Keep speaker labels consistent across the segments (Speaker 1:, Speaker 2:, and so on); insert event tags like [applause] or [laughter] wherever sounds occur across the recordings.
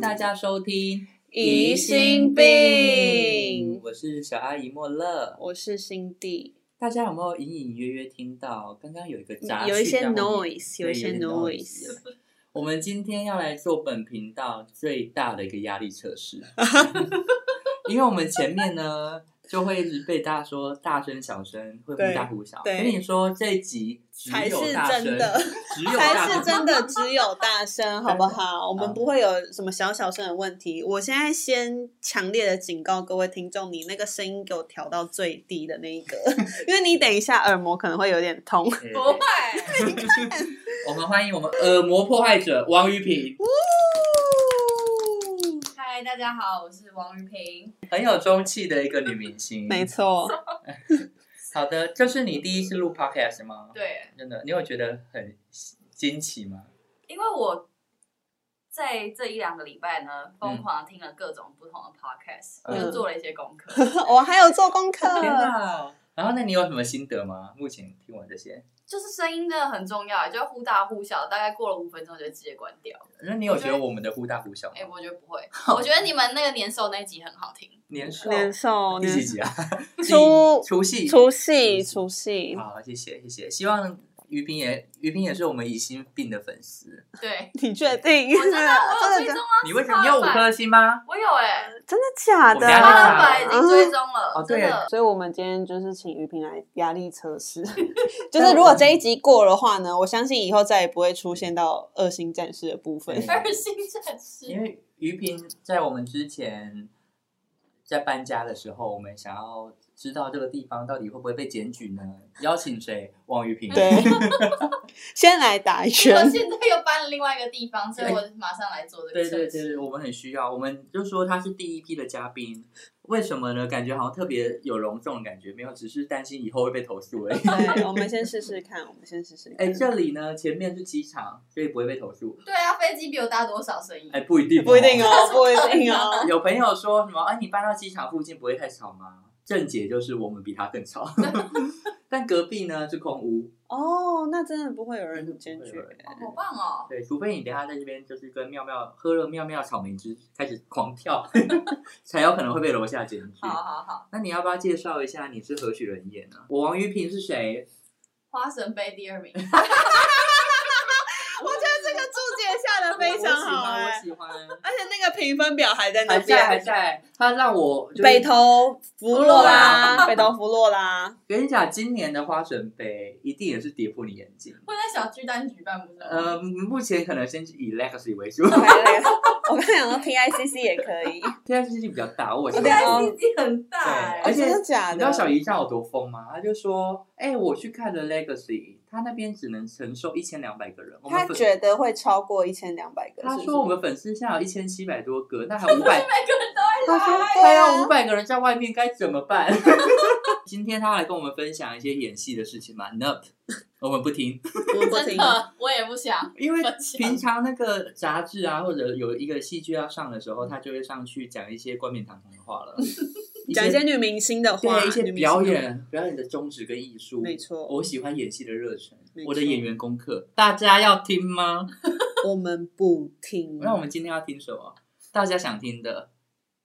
Speaker 1: 大家收听
Speaker 2: 疑心病，
Speaker 1: 我是小阿姨莫乐。
Speaker 2: 我是辛蒂，
Speaker 1: 大家有没有隐隐约约听到？刚刚有一个杂
Speaker 2: 有一些
Speaker 1: 讯在后面
Speaker 2: noise，有一
Speaker 1: 对
Speaker 2: 些
Speaker 1: 点
Speaker 2: noise，
Speaker 1: noise 我们今天要来做本频道最大的一个压力测
Speaker 2: [laughs]
Speaker 1: 试，因为我们前面呢就会一直被大家说大声小声，会忽
Speaker 2: 对
Speaker 1: 大忽小。
Speaker 2: 对
Speaker 1: 跟你说这一集只
Speaker 2: 才
Speaker 1: 有
Speaker 2: 是
Speaker 1: 大声，
Speaker 2: 真的，
Speaker 1: 只有大
Speaker 2: 才是
Speaker 1: 声。
Speaker 2: 真的只有大声，好不好？我们
Speaker 1: 嗯
Speaker 2: 不会有什么小小声的问题。我现在先强烈的警告各位听众，你那个声音给我调到最低的那一
Speaker 1: [laughs]
Speaker 2: 个，因为你等一下耳膜可能会有点痛。
Speaker 1: 对对
Speaker 3: 不
Speaker 1: 对
Speaker 3: 会，
Speaker 1: 我们欢迎我们耳膜破坏者王雨平，
Speaker 3: [laughs] 嗨，大家好，我是王玉平。
Speaker 1: 很有中气的一个女明星。
Speaker 2: 没错，
Speaker 1: 好的，这是你第一次录 podcast 吗？，
Speaker 3: 对，
Speaker 1: 真的，你有觉得很惊奇吗？
Speaker 3: 因为我在这一两个礼拜呢，疯狂地听了各种不同的 podcast，、
Speaker 1: 嗯
Speaker 3: 就做了一些功
Speaker 1: [laughs]
Speaker 3: 课。
Speaker 2: 我还有做功
Speaker 3: 嗯
Speaker 2: 课，
Speaker 1: 天哪！然后，那你有什么心得吗？目前听完这些，
Speaker 3: 就是声音真的很重要，就忽大忽小，大概过了五分钟就直接关掉。
Speaker 1: 那你有觉得我们的忽大忽小吗
Speaker 3: 哎、？我觉得不
Speaker 1: [laughs]
Speaker 3: 会，我觉得你们那个年兽那一集很好听。
Speaker 1: 年兽
Speaker 2: 年兽，
Speaker 1: 第几
Speaker 2: 年
Speaker 1: 集啊？
Speaker 2: 初
Speaker 1: 除夕。
Speaker 2: 除夕，除夕，
Speaker 1: 好，谢谢谢谢。希望于斌也于斌也是我们疑心病的粉丝。
Speaker 3: 对，
Speaker 2: [laughs] 你确定？
Speaker 3: 我真的我有
Speaker 2: 真
Speaker 3: 追
Speaker 2: 的
Speaker 3: 踪啊，
Speaker 1: 你为什么你有五颗星吗？
Speaker 3: 我有哎、
Speaker 2: 真的假
Speaker 1: 我
Speaker 2: 的？嗯
Speaker 1: 们家
Speaker 3: 八
Speaker 1: 就
Speaker 3: 二
Speaker 1: 查
Speaker 3: 百已经追踪了，
Speaker 1: 哦对
Speaker 3: 真的。
Speaker 2: [laughs] 所以，我们今天就是请于平来压力测 [laughs] 试，就是如果这一集过的话呢，我相信以后再也不会出现到二星战士的部分
Speaker 1: 对。
Speaker 3: 二星战士，
Speaker 1: 因为于平在我们之前在搬家的时候，我们想要知道这个地方到底会不会被检举呢？邀请谁？王于平。
Speaker 2: 对，先来打一
Speaker 3: 因为我
Speaker 2: 圈。
Speaker 3: 现在又搬了另外一个地方，所以我马上来做这个
Speaker 1: [laughs] 对
Speaker 3: 测 [laughs]
Speaker 1: 对
Speaker 3: 试。
Speaker 1: 对，我们很需要，我们就说他是第一批的嘉宾，为什么呢？感觉好像特别有隆重的感觉，没有，只是担心以后会被投诉而已。 [laughs]
Speaker 2: 对，我们先试试看，我们先试试看。
Speaker 1: 哎，这里呢，前面是机场，所以不会被投诉。
Speaker 3: 对啊，飞机比我大多少声音？
Speaker 1: 哎，不一定、
Speaker 2: 不一定。哦，不一定 [laughs] 哦。
Speaker 1: 有朋友说什么？哎、你搬到机场附近不会太吵吗？正解就是我们比他更吵， [laughs] 但隔壁呢是空屋，
Speaker 2: 哦，那真的不会有人坚
Speaker 1: 不会有
Speaker 2: 决。
Speaker 1: 人
Speaker 3: 哦好棒哦！
Speaker 1: 对，除非你等下在这边就是跟妙妙喝了妙妙草莓汁开始狂跳， [laughs] 才有可能会被楼下检举。
Speaker 3: 好好好，
Speaker 1: 那你要不要介绍一下你是何许人也呢？我王于平是谁？
Speaker 3: 花神杯第二
Speaker 1: [laughs]
Speaker 3: 名，
Speaker 2: 我觉得这个注解下的非常好哎、
Speaker 1: 我喜欢，我喜欢。
Speaker 2: 而且那个评分表还在那
Speaker 1: 还在还
Speaker 2: 边。
Speaker 1: 在，他让我就是
Speaker 2: 北。投弗洛拉，北投弗洛拉，
Speaker 1: 跟你讲，今年的花神杯一定也是跌破你眼镜。
Speaker 3: 会在小巨蛋举办不是吗？
Speaker 1: 呃，目前可能先以 Legacy 为主
Speaker 2: 我刚想说 PICC 也可以。
Speaker 1: 现在事情比较大，我喜
Speaker 2: 对啊
Speaker 1: 欢。
Speaker 3: 对，CG 很大
Speaker 1: [laughs]
Speaker 3: 哎，
Speaker 1: 而且
Speaker 2: 真的假
Speaker 1: 你知道
Speaker 2: 的？
Speaker 1: 小姨丈有多疯吗？他就说：“哎、我去看了 Legacy，他那边只能承受一千两百个人。我
Speaker 2: 他
Speaker 1: 们粉
Speaker 2: 觉得会超过一千两百个，
Speaker 1: 他
Speaker 2: 是不是
Speaker 1: 说我们粉丝现在有一千七百多个，那还五
Speaker 2: [laughs]
Speaker 1: 百，
Speaker 3: 每个人都会
Speaker 2: 他说
Speaker 1: 还
Speaker 2: 对
Speaker 1: 有
Speaker 2: 啊
Speaker 1: 五，百个人在外面该怎么办？ [laughs] 今天他来跟我们分享一些演戏的事情嘛？No，我们不听，
Speaker 2: 我们不
Speaker 3: 真
Speaker 2: 听。
Speaker 3: 的，我也不想。
Speaker 1: 因为
Speaker 3: 分享
Speaker 1: 平常那个杂志啊，或者有一个戏剧要上的时候，他就会上去讲一些冠冕堂皇的话了，
Speaker 2: [laughs] 讲一些女明星的话，
Speaker 1: 对一些
Speaker 2: 女明星
Speaker 1: 表，
Speaker 2: 的
Speaker 1: 演表演的宗旨跟艺术，
Speaker 2: 没错，
Speaker 1: 我喜欢演戏的热忱
Speaker 2: 没，错
Speaker 1: 我的演员功课，大家要听吗？
Speaker 2: 我们不听。
Speaker 1: 那我们今天要听什么？大家想听的，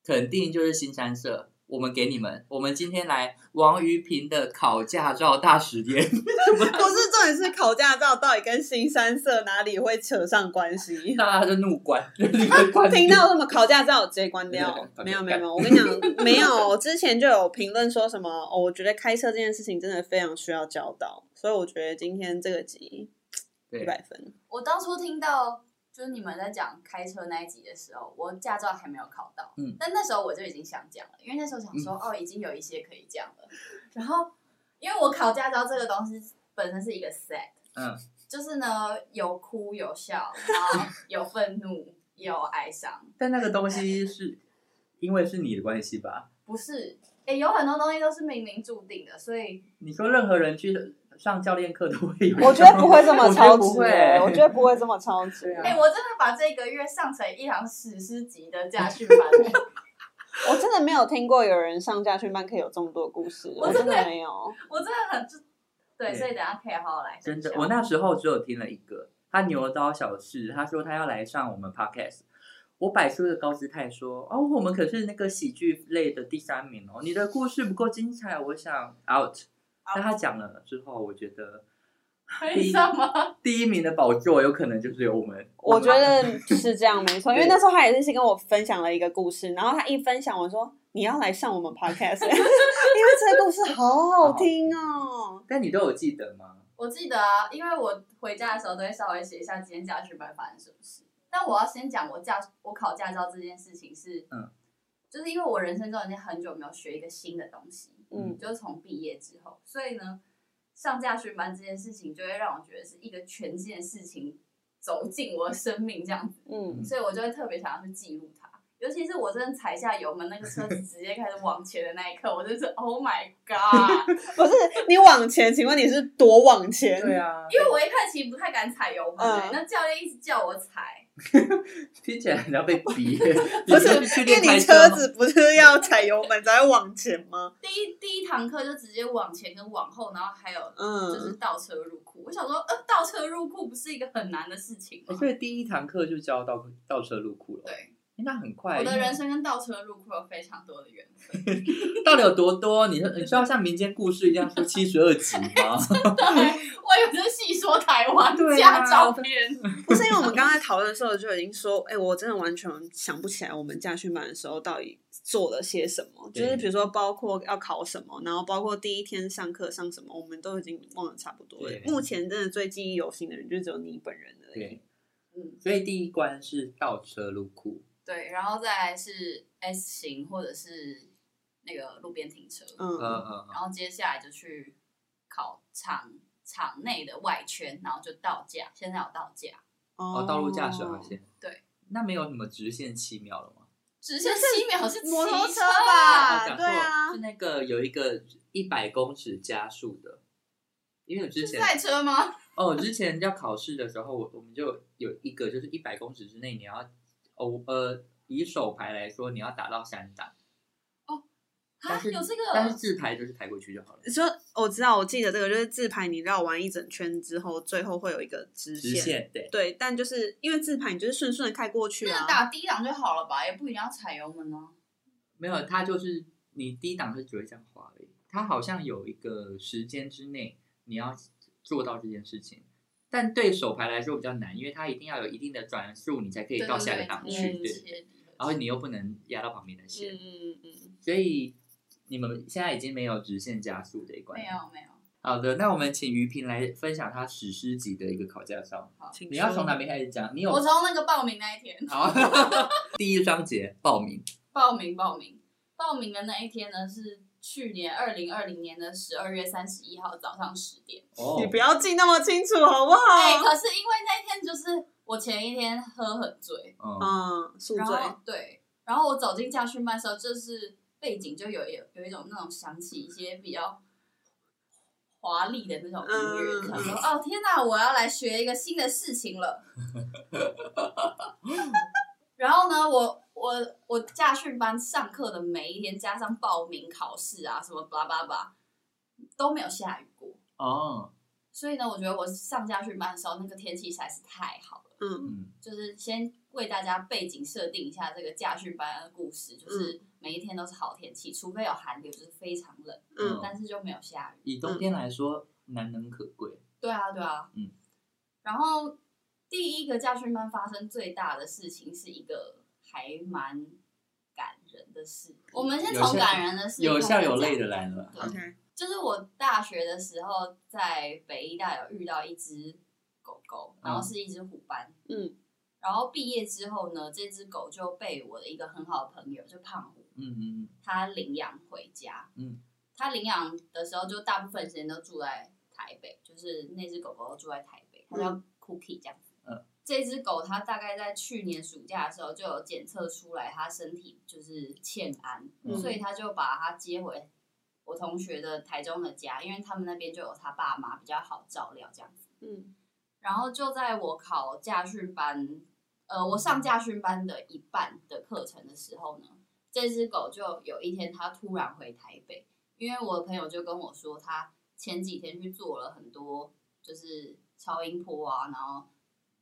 Speaker 1: 肯定就是新三社。我们给你们，我们今天来王于平的考驾照大实验。 [laughs]
Speaker 2: 不是重点是考驾照到底跟新三色哪里会扯上关系？
Speaker 1: 那他就怒关， [laughs] 就是关
Speaker 2: 听到什么考驾照直接关
Speaker 1: 对
Speaker 2: 掉
Speaker 1: 对对，
Speaker 2: 没有
Speaker 1: OK，
Speaker 2: 没有没有，我跟你讲，没有。之前就有评论说什么哦，我觉得开车这件事情真的非常需要教导，所以我觉得今天这个集一
Speaker 1: 对，
Speaker 2: 百分。
Speaker 3: 我当初听到就是你们在讲开车那一集的时候，我驾照还没有考到，
Speaker 1: 嗯
Speaker 3: 但那时候我就已经想讲了，因为那时候想说、哦，已经有一些可以讲了。然后因为我考驾照这个东西本身是一个 set，
Speaker 1: 嗯，
Speaker 3: 就是呢有哭有笑，然后有愤怒也有哀伤，
Speaker 1: 但那个东西是因为是你的关系吧？
Speaker 3: 不是，诶，有很多东西都是冥冥注定的，所以
Speaker 1: 你说任何人去上教练课都会有，
Speaker 2: 我觉得不会这么超
Speaker 1: 我觉得不
Speaker 2: 值
Speaker 1: 会啊
Speaker 2: 欸，我觉得不会这么超欸值。
Speaker 3: 诶，我真的把这个月上成一堂史诗级的驾训班，
Speaker 2: 我真的没有听过有人上家训班可以有这么多故事，
Speaker 3: 我
Speaker 2: 我
Speaker 3: 真
Speaker 2: 真
Speaker 3: 的
Speaker 2: 的没有。
Speaker 3: [laughs] 我真的很就对，
Speaker 1: 对
Speaker 3: 所以等一下可以好好来
Speaker 1: 真的，
Speaker 2: 啊
Speaker 3: 分享
Speaker 1: 我那时候只有听了一个，他牛刀小试，他说他要来上我们 podcast，我摆出一个高姿态说：“哦，我们可是那个喜剧类的第三名哦，你的故事不够精彩，我想 out。”但他讲了之后，我觉得
Speaker 3: 可以上吗？
Speaker 1: 第一名的宝座有可能就是由我们。
Speaker 2: 我觉
Speaker 1: 们
Speaker 2: 得是这样没错，因为
Speaker 1: 对
Speaker 2: 那时候他也是先跟我分享了一个故事，然后他一分享我说你要来上我们 podcast，因为欸 [laughs] 这个故事好好听哦。
Speaker 1: 但你都有记得吗？
Speaker 3: [laughs] 我记得啊，因为我回家的时候都会稍微写一下今天驾训班发生什么事。但我要先讲我驾我考驾照这件事情是，
Speaker 1: 嗯，
Speaker 3: 就是因为我人生中已经很久没有学一个新的东西，
Speaker 2: 嗯，
Speaker 3: 就是从毕业之后，所以呢，上驾训班这件事情就会让我觉得是一个全新的事情走进我的生命这样子，
Speaker 2: 嗯，
Speaker 3: 所以我就会特别想要去记录它。尤其是我真的踩下油门，那个车子直接开始往前的那一刻，我就是 Oh my
Speaker 2: [laughs]
Speaker 3: God！
Speaker 2: 不是你往前，请问你是多往前？
Speaker 1: 对啊，
Speaker 3: 因为我一开始其实不太敢踩油门、欸
Speaker 2: 嗯
Speaker 3: 那教练一直叫我踩，
Speaker 1: 听起来你要被逼，你
Speaker 2: [laughs] 不
Speaker 1: 去
Speaker 2: 是
Speaker 1: 去
Speaker 2: 因
Speaker 1: 练
Speaker 2: 为
Speaker 1: 开
Speaker 2: 你车
Speaker 1: 吗
Speaker 2: 子不是要踩油门才会往前吗？
Speaker 3: 第一第一堂课就直接往前跟往后，然后还有就是
Speaker 2: 嗯，
Speaker 3: 倒车入库。我想说，呃，倒车入库不是一个很难的事情吗？
Speaker 2: 嗯
Speaker 1: 所以第一堂课就教倒倒车入库了。
Speaker 3: 对
Speaker 1: 诶，那很快。
Speaker 3: 我的
Speaker 1: 因为
Speaker 3: 人生跟倒车入库有非常多的缘分，
Speaker 1: [laughs] 到底有多多？你说你需要像民间故事一样
Speaker 2: [laughs]
Speaker 1: 出七十二集吗？
Speaker 3: 我有在细说台湾
Speaker 1: 对啊
Speaker 3: 驾照片，
Speaker 2: [laughs] 不是因为我们刚才讨论的时候就已经说，哎、我真的完全想不起来我们驾训班的时候到底做了些什么，
Speaker 1: 对
Speaker 2: 就是比如说包括要考什么，然后包括第一天上课上什么，我们都已经忘得差不多了
Speaker 1: 对。
Speaker 2: 目前真的最记忆犹新的人就只有你本人而已。
Speaker 1: 对，
Speaker 3: 嗯，
Speaker 1: 所以第一关是倒车入库，
Speaker 3: 对，然后再来是 S 型或者是那个路边停车，
Speaker 1: 嗯
Speaker 2: 嗯，
Speaker 1: 嗯
Speaker 3: 然后接下来就去考场场内的外圈，然后就到驾，现在有到驾。
Speaker 1: 哦，
Speaker 2: 哦
Speaker 1: 道路驾驶航线，
Speaker 3: 对，
Speaker 1: 那没有什么直线七秒了吗？
Speaker 3: 只剩七秒是骑啊
Speaker 2: 摩托车
Speaker 1: 哦
Speaker 2: 吧？
Speaker 1: 讲
Speaker 2: 对
Speaker 1: 错
Speaker 2: 啊
Speaker 1: 了，是，那个有一个一百公尺加速的，因为我之
Speaker 3: 是
Speaker 1: 前
Speaker 3: 赛车吗？啊
Speaker 1: 哦，之前要考试的时候，我我们就有一个就是一百公尺之内你要哦呃以手牌来说你要打到三档，
Speaker 3: 啊
Speaker 1: 但，是
Speaker 3: 有这
Speaker 1: 但是
Speaker 3: 个，
Speaker 1: 自排就是抬过去就好了。
Speaker 2: 说我知道，我记得这个就是自拍，你绕完一整圈之后，最后会有一个直
Speaker 1: 直线对，
Speaker 2: 对，但就是因为自拍，你就是顺顺的开过去
Speaker 3: 那
Speaker 2: 啊。
Speaker 3: 打低档就好了吧，也不一定要踩油门哦。
Speaker 1: 没有，它就是你低档是只会这样滑而已。它好像有一个时间之内你要做到这件事情，但对手牌来说比较难，因为它一定要有一定的转速，你才可以
Speaker 3: 对
Speaker 1: 到
Speaker 3: 对
Speaker 1: 下一个
Speaker 3: 对
Speaker 1: 档
Speaker 3: 对
Speaker 1: 去。
Speaker 2: 嗯
Speaker 1: 对，
Speaker 3: 切离合
Speaker 1: 然后你又不能压到旁边的线，
Speaker 2: 嗯嗯嗯，
Speaker 1: 所以你们现在已经没有直线加速这一关。
Speaker 3: 没。有没有，
Speaker 1: 好的，那我们请于平来分享他史诗级的一个考驾照。
Speaker 3: 好，
Speaker 2: 请
Speaker 1: 你要
Speaker 2: 说
Speaker 1: 从哪边开始讲？你有
Speaker 3: 我从那个报名那一天
Speaker 1: 好， [laughs] 第一章节报名。
Speaker 3: 报名报名报名的那一天呢是。去年二零二零年的十二月三十一号早上十点，
Speaker 1: 哦
Speaker 2: 你不要记那么清楚好不
Speaker 3: 哎、
Speaker 2: 好？
Speaker 3: 可是因为那一天就是我前一天喝很醉，
Speaker 1: 嗯，
Speaker 2: 嗯，宿
Speaker 3: 然
Speaker 2: 醉。
Speaker 3: 后对，然后我走进驾训班的时候，就是背景就有有有一种那种响起一些比较华丽的那种音乐，
Speaker 2: 嗯
Speaker 3: 想说哦天哪，我要来学一个新的事情了。然后呢，我我我驾训班上课的每一天，加上报名考试啊什么巴拉巴拉，都没有下雨过。
Speaker 1: 哦，
Speaker 3: 所以呢，我觉得我上驾训班的时候，那个天气实在是太好了。
Speaker 2: 嗯
Speaker 1: 嗯
Speaker 3: 就是先为大家背景设定一下这个驾训班的故事，
Speaker 1: 嗯
Speaker 3: 就是每一天都是好天气，除非有寒流，就是非常冷，
Speaker 2: 嗯
Speaker 3: 但是就没有下雨。
Speaker 1: 以冬天来说，难能可贵。
Speaker 3: 对啊，对啊，
Speaker 1: 嗯。
Speaker 3: 然后第一个驾训班发生最大的事情是一个还蛮感人的事。我们先
Speaker 1: 有
Speaker 3: 从
Speaker 1: 笑
Speaker 3: 感人的事
Speaker 1: 有笑有泪
Speaker 3: 的。
Speaker 1: 的来了。
Speaker 3: 对就是我大学的时候在北医大有遇到一只狗狗，然后是一只虎斑。
Speaker 2: 嗯，
Speaker 3: 然后毕业之后呢，这只狗就被我的一个很好的朋友，就胖虎，
Speaker 1: 嗯嗯
Speaker 3: 他领养回家。
Speaker 1: 嗯，
Speaker 3: 他领养的时候就大部分时间都住在台北，就是那只狗狗住在台北，它叫 Cookie 这样子。
Speaker 1: 嗯，
Speaker 3: 这只狗它大概在去年暑假的时候就有检测出来它身体就是欠安，
Speaker 2: 嗯
Speaker 3: 所以他就把它接回我同学的台中的家，因为他们那边就有他爸妈比较好照料这样子。
Speaker 2: 嗯
Speaker 3: 然后就在我考驾训班，呃，我上驾训班的一半的课程的时候呢，这只狗就有一天它突然回台北，因为我的朋友就跟我说，他前几天去做了很多就是超音波啊，然后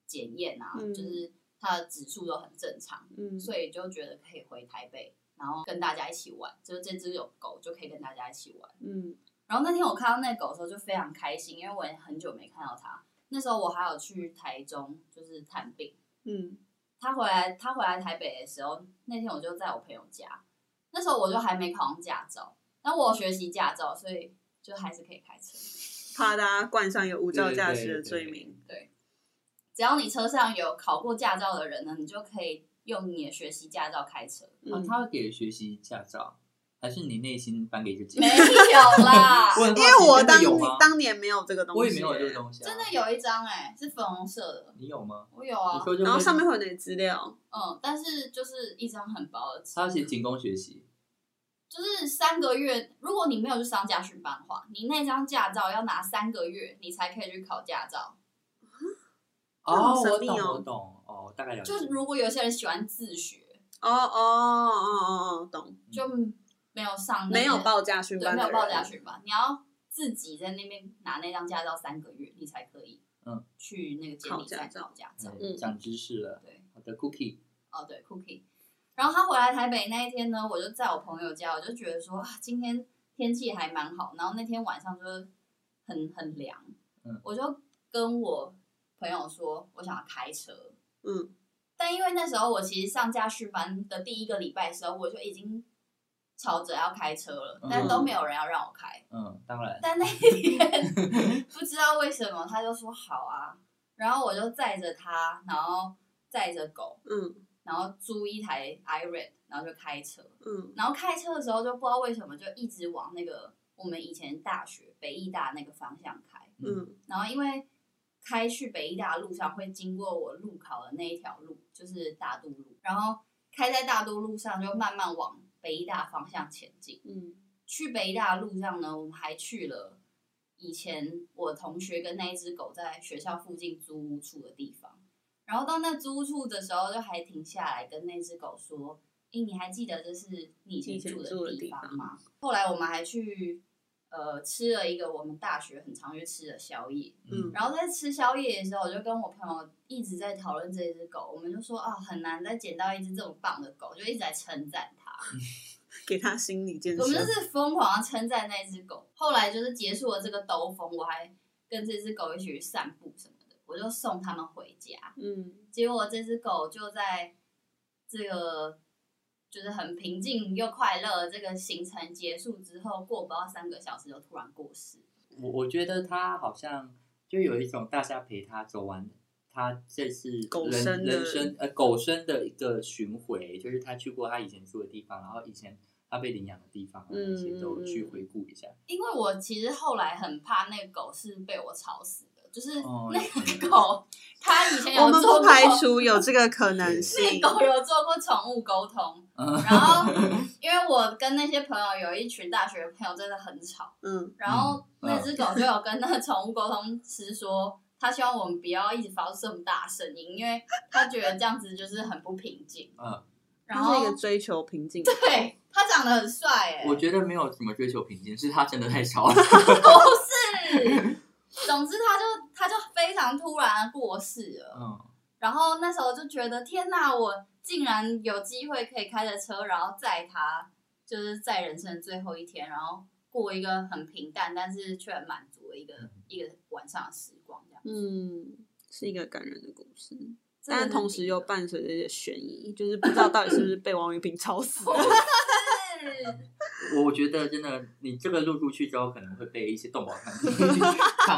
Speaker 3: 检验啊，
Speaker 2: 嗯
Speaker 3: 就是它的指数都很正常，
Speaker 2: 嗯，
Speaker 3: 所以就觉得可以回台北，然后跟大家一起玩，就是这只有狗就可以跟大家一起玩。
Speaker 2: 嗯
Speaker 3: 然后那天我看到那狗的时候就非常开心，因为我也很久没看到它。那时候我还有去台中就是探病，
Speaker 2: 嗯
Speaker 3: 它回来它回来台北的时候，那天我就在我朋友家，那时候我就还没考上驾照，但我有学习驾照，所以就还是可以开车。
Speaker 2: 怕大家冠上有无照驾
Speaker 1: 对
Speaker 2: 驶
Speaker 1: 对
Speaker 2: 的
Speaker 1: 对对
Speaker 2: 罪名。嗯
Speaker 3: 只要你车上有考过驾照的人呢，你就可以用你的学习驾照开车。
Speaker 1: 哦，
Speaker 2: 嗯
Speaker 1: 他会给学习驾照，还是你内心颁给自己？
Speaker 3: 没
Speaker 1: [laughs]
Speaker 3: 有啦，
Speaker 1: 我很好奇
Speaker 2: 因为我当
Speaker 1: 真的有吗？
Speaker 2: 当年没有这个东西，
Speaker 1: 我也没有这个东西、啊，
Speaker 3: 真的有一张哎、是粉红色的，
Speaker 1: 你有吗？
Speaker 3: 我有
Speaker 1: 你
Speaker 3: 啊，
Speaker 1: 说就
Speaker 2: 然后
Speaker 1: 是
Speaker 2: 上面会有你的资料，
Speaker 3: 嗯，但是就是一张很薄的纸
Speaker 1: 他，要写仅供学习，
Speaker 3: 就是三个月，如果你没有去上驾训班的话，你那张驾照要拿三个月，你才可以去考驾照。
Speaker 2: 好神
Speaker 1: 我
Speaker 2: 秘
Speaker 1: 懂，
Speaker 2: 哦
Speaker 1: 我懂，哦，大概了解。
Speaker 3: 就是如果有些人喜欢自学，
Speaker 2: 哦哦哦哦哦，懂，
Speaker 1: 嗯
Speaker 3: 就没有上那
Speaker 2: 没有
Speaker 3: 个
Speaker 2: 报驾训
Speaker 3: 嗯对，
Speaker 2: 班，
Speaker 3: 没有报驾，训班，你要自己在那边拿那张驾照三个月，你才可以
Speaker 1: 嗯
Speaker 3: 去那个监理站考驾照。
Speaker 1: 嗯长知识了。
Speaker 3: 对，
Speaker 1: 好的，Cookie，
Speaker 3: 哦对，Cookie。然后他回来台北那一天呢，我就在我朋友家，我就觉得说啊，今天天气还蛮好。然后那天晚上就是很很凉，
Speaker 1: 嗯
Speaker 3: 我就跟我朋友说，我想要开车。
Speaker 2: 嗯
Speaker 3: 但因为那时候我其实上驾训班的第一个礼拜的时候，我就已经吵着要开车了，但都没有人要让我开。
Speaker 1: 嗯，当然，
Speaker 3: 但那一天不知道为什么，他就说好啊，然后我就载着他，然后载着狗，
Speaker 2: 嗯
Speaker 3: 然后租一台 iRed，然后就开车。
Speaker 2: 嗯
Speaker 3: 然后开车的时候就不知道为什么就一直往那个我们以前大学北艺大那个方向开。
Speaker 2: 嗯
Speaker 3: 然后因为开去北医大的路上会经过我路考的那一条路，就是大渡路，然后开在大渡路上就慢慢往北医大方向前进。
Speaker 2: 嗯
Speaker 3: 去北医大的路上呢，我们还去了以前我同学跟那一只狗在学校附近租屋处的地方。然后到那租屋处的时候，就还停下来跟那只狗说：“诶，你还记得这是你以前
Speaker 2: 以前
Speaker 3: 住
Speaker 2: 住的
Speaker 3: 的地
Speaker 2: 地
Speaker 3: 方
Speaker 2: 方
Speaker 3: 吗？”后来我们还去呃吃了一个我们大学很常去吃的宵夜，
Speaker 2: 嗯
Speaker 3: 然后在吃宵夜的时候，我就跟我朋友一直在讨论这只狗，我们就说啊，很难再捡到一只这么棒的狗，就一直在称赞它。
Speaker 2: 给他心理建设
Speaker 3: 我，们就是疯狂地称赞那只狗。后来就是结束了这个兜风，我还跟这只狗一起去散步什么的，我就送它们回家。
Speaker 2: 嗯
Speaker 3: 结果这只狗就在这个就是很平静又快乐的这个行程结束之后，过不到三个小时就突然过世。
Speaker 1: 我我觉得他好像就有一种大家陪他走完他这次
Speaker 2: 狗
Speaker 1: 人
Speaker 2: 生的
Speaker 1: 人生呃狗生的一个巡回，就是他去过他以前住的地方，然后以前他被领养的地方，
Speaker 2: 嗯
Speaker 1: 那些都去
Speaker 2: 嗯
Speaker 1: 回顾一下。
Speaker 3: 因为我其实后来很怕那个狗是被我吵死的，就是
Speaker 1: 哦
Speaker 3: 那个狗，它以前有
Speaker 2: 我们
Speaker 3: 做
Speaker 2: 不
Speaker 3: 过
Speaker 2: 排除有这个可能
Speaker 3: 那
Speaker 2: 性，
Speaker 3: 狗有做过宠物沟通，
Speaker 1: 嗯
Speaker 3: 然后因为我跟那些朋友有一群大学的朋友真的很吵，
Speaker 2: 嗯
Speaker 3: 然后
Speaker 1: 嗯
Speaker 3: 那只狗就有跟那个宠物沟通师说，他希望我们不要一直发出这么大的声音，因为他觉得这样子就是很不平静。
Speaker 1: 嗯，
Speaker 3: 然
Speaker 2: 它是
Speaker 3: 后
Speaker 2: 一个追求平静，
Speaker 3: 对他长得很帅哎、
Speaker 1: 嗯我觉得没有什么追求平静，是他真的太吵
Speaker 3: [laughs]
Speaker 1: 了。
Speaker 3: 是。总之，他就他就非常突然地过世了，
Speaker 1: 嗯，
Speaker 3: 然后那时候就觉得天哪，我竟然有机会可以开着车，然后载他，就是在人生的最后一天，然后过一个很平淡，但是却很满足的一个、一个晚上的时光，这样。
Speaker 2: 嗯，是一个感人的故事，
Speaker 3: 这个
Speaker 2: 但
Speaker 3: 是
Speaker 2: 是同时又
Speaker 3: 第
Speaker 2: 伴随着一些悬疑，就是不知道到底是不是被王云平吵死
Speaker 3: [laughs]
Speaker 2: 的。
Speaker 3: 一个
Speaker 1: 我觉得真的，你这个录出去之后，可能会被一些动保
Speaker 3: [laughs]
Speaker 1: 团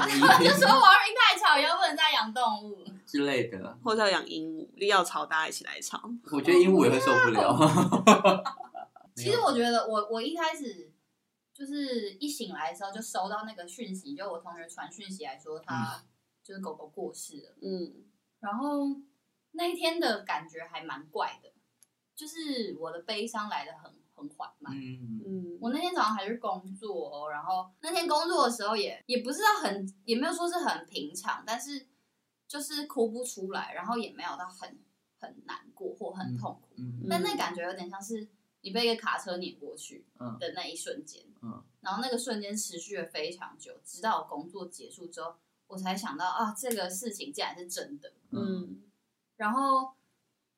Speaker 1: 体抗议
Speaker 3: 就说王云太吵，以后不能再养动物。
Speaker 1: 之类的。
Speaker 2: 或者要养鹦鹉，要吵大家一起来吵。
Speaker 1: 我觉得鹦鹉也会受不了。
Speaker 3: 哦
Speaker 1: [laughs]
Speaker 3: 其实我觉得我我一开始就是一醒来的时候就收到那个讯息，就我同学传讯息来说他就是狗狗过世了，
Speaker 2: 嗯
Speaker 3: 然后那一天的感觉还蛮怪的，就是我的悲伤来的很很缓慢。
Speaker 1: 嗯，
Speaker 2: 嗯
Speaker 3: 我那天早上还去工作、哦，然后那天工作的时候也也不是到很，也没有说是很平常，但是就是哭不出来，然后也没有到很很难过或很痛苦，
Speaker 1: 嗯
Speaker 3: 但那感觉有点像是你被一个卡车碾过去
Speaker 1: 嗯
Speaker 3: 的那一瞬间，
Speaker 1: 嗯，
Speaker 3: 然后那个瞬间持续了非常久，直到我工作结束之后，我才想到啊，这个事情竟然是真的，
Speaker 1: 嗯
Speaker 2: 嗯
Speaker 3: 然后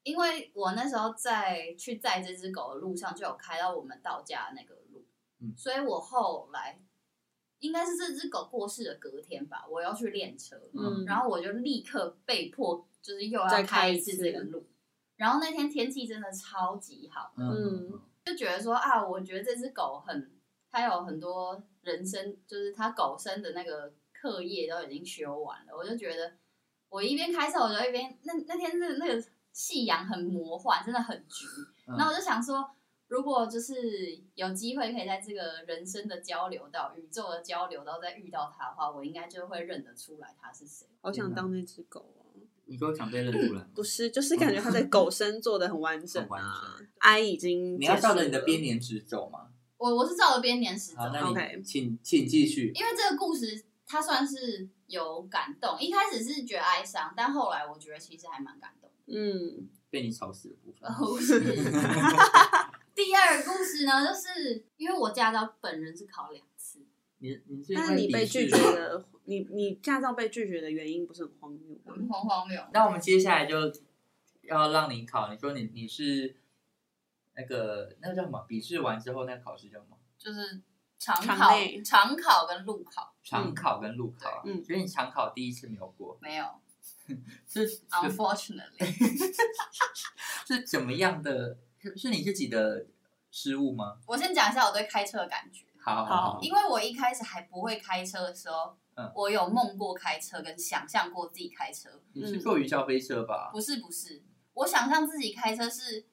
Speaker 3: 因为我那时候在去载这只狗的路上，就有开到我们到家的那个路，
Speaker 1: 嗯
Speaker 3: 所以我后来应该是这只狗过世的隔天吧，我要去练车，
Speaker 1: 嗯
Speaker 2: 嗯，
Speaker 3: 然后我就立刻被迫就是又
Speaker 2: 再
Speaker 3: 要
Speaker 2: 开
Speaker 3: 开
Speaker 2: 一
Speaker 3: 一次
Speaker 2: 次
Speaker 3: 这个路，然后那天天气真的超级好，
Speaker 1: 嗯
Speaker 3: 就觉得说啊，我觉得这只狗很，它有很多人生，就是它狗生的那个课业都已经修完了，我就觉得我一边开车，我就一边那那天那那个夕阳很魔幻，真的很橘，
Speaker 1: 嗯
Speaker 3: 然后我就想说。如果就是有机会可以在这个人生的交流到宇宙的交流到再遇到它的话，我应该就会认得出来它是谁。
Speaker 2: 好想当那只狗哦、
Speaker 1: 你给我想被认出来吗？
Speaker 2: 不是，就是感觉它的
Speaker 3: 嗯
Speaker 2: 狗身做的很完整
Speaker 1: 很完
Speaker 2: 啊
Speaker 1: 整。
Speaker 2: I 已经
Speaker 1: 你要
Speaker 2: 结束
Speaker 1: 照着你的
Speaker 2: 了
Speaker 1: 编年史走嘛。
Speaker 3: 我我是照着编年史走
Speaker 1: 好，
Speaker 3: 的，
Speaker 1: 那
Speaker 2: OK
Speaker 1: 你请请继续。
Speaker 3: 因为这个故事它算是有感动，一开始是觉得哀伤，但后来我觉得其实还蛮感动的。
Speaker 2: 嗯，
Speaker 1: 被你吵死的部分
Speaker 3: 然，后 [laughs] 是第二个故事呢，就是因为我驾照本人是考两次，
Speaker 1: 你你是因
Speaker 2: 但是
Speaker 1: 为
Speaker 2: 你被
Speaker 1: 鄙视
Speaker 2: 拒绝
Speaker 1: 吗。
Speaker 2: 的，你你驾照被拒绝的原因不是很荒谬吗？
Speaker 3: 很荒荒谬。
Speaker 1: 那我们接下来就要让你考，你说你你是那个那个叫什么？笔试完之后那个考试叫什么？
Speaker 3: 就是常考
Speaker 2: 场内、
Speaker 3: 常考跟路考
Speaker 1: 常考跟路考啊。
Speaker 2: 嗯
Speaker 1: 所以你常考第一次没有过，
Speaker 3: 没有
Speaker 1: 是是
Speaker 2: 哦
Speaker 3: ，unfortunately， [laughs]
Speaker 1: 是怎么样的？是是你自己的失误吗？
Speaker 3: 我先讲一下我对开车的感觉。
Speaker 1: 好
Speaker 2: 好
Speaker 1: 好，
Speaker 3: 因为我一开始还不会开车的时候，
Speaker 1: 嗯
Speaker 3: 我有梦过开车，跟想象过自己开车。
Speaker 1: 你
Speaker 2: 嗯
Speaker 1: 是坐云霄飞车吧？
Speaker 3: 不是不是，我想象自己开车是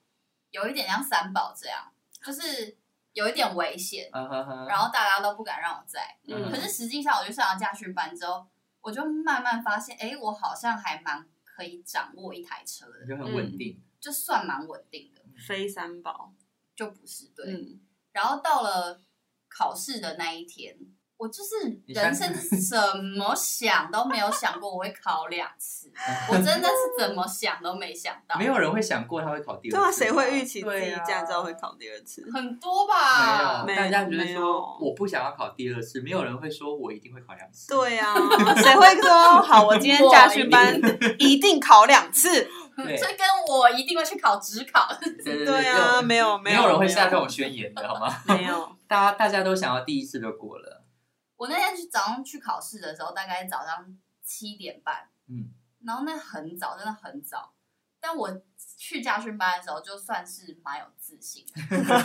Speaker 3: 有一点像三宝这样，就是有一点危险，
Speaker 2: 嗯
Speaker 1: 啊哈哈。
Speaker 3: 然后大家都不敢让我载。
Speaker 1: 嗯
Speaker 3: 可是实际上，我就上了驾训班之后，我就慢慢发现，哎，我好像还蛮可以掌握一台车
Speaker 1: 你
Speaker 3: 的，
Speaker 1: 就很稳定。
Speaker 3: 就算蛮稳定的，
Speaker 2: 非三宝，
Speaker 3: 就不是对。
Speaker 2: 嗯，
Speaker 3: 然后到了考试的那一天。我就是
Speaker 1: 你
Speaker 3: 人
Speaker 1: 想
Speaker 3: 生怎么想都没有想过我会考两
Speaker 1: [laughs]
Speaker 3: 次，我真的是怎么想都没想到。
Speaker 1: 没有人会想过他会考第二次
Speaker 2: 对
Speaker 1: 吧。
Speaker 2: 啊，谁会预期自己
Speaker 1: 对啊
Speaker 2: 驾照会？考第二次？
Speaker 3: 很多吧？
Speaker 1: 没
Speaker 2: 没
Speaker 1: 有，大家只
Speaker 2: 没
Speaker 1: 是
Speaker 2: 有
Speaker 1: 说我不想要考第二次，没有人会说我一定会考两次。
Speaker 2: 对啊，谁会说好？我今天驾训班一定考两次？
Speaker 3: [laughs]
Speaker 1: 对
Speaker 3: 这跟我一定会去考职考， [laughs]
Speaker 1: 对对对
Speaker 2: 对啊，
Speaker 1: 没
Speaker 2: 没有
Speaker 1: 有
Speaker 2: 有
Speaker 1: 人会下这种宣言的好吗？
Speaker 2: 没
Speaker 1: [laughs]
Speaker 2: 有，
Speaker 1: 大家大家都想要第一次就过了，
Speaker 3: 我那天去早上去考试的时候，大概早上七点半，
Speaker 1: 嗯，
Speaker 3: 然后那很早，真的很早。但我去家训班的时候，就算是蛮有自信的。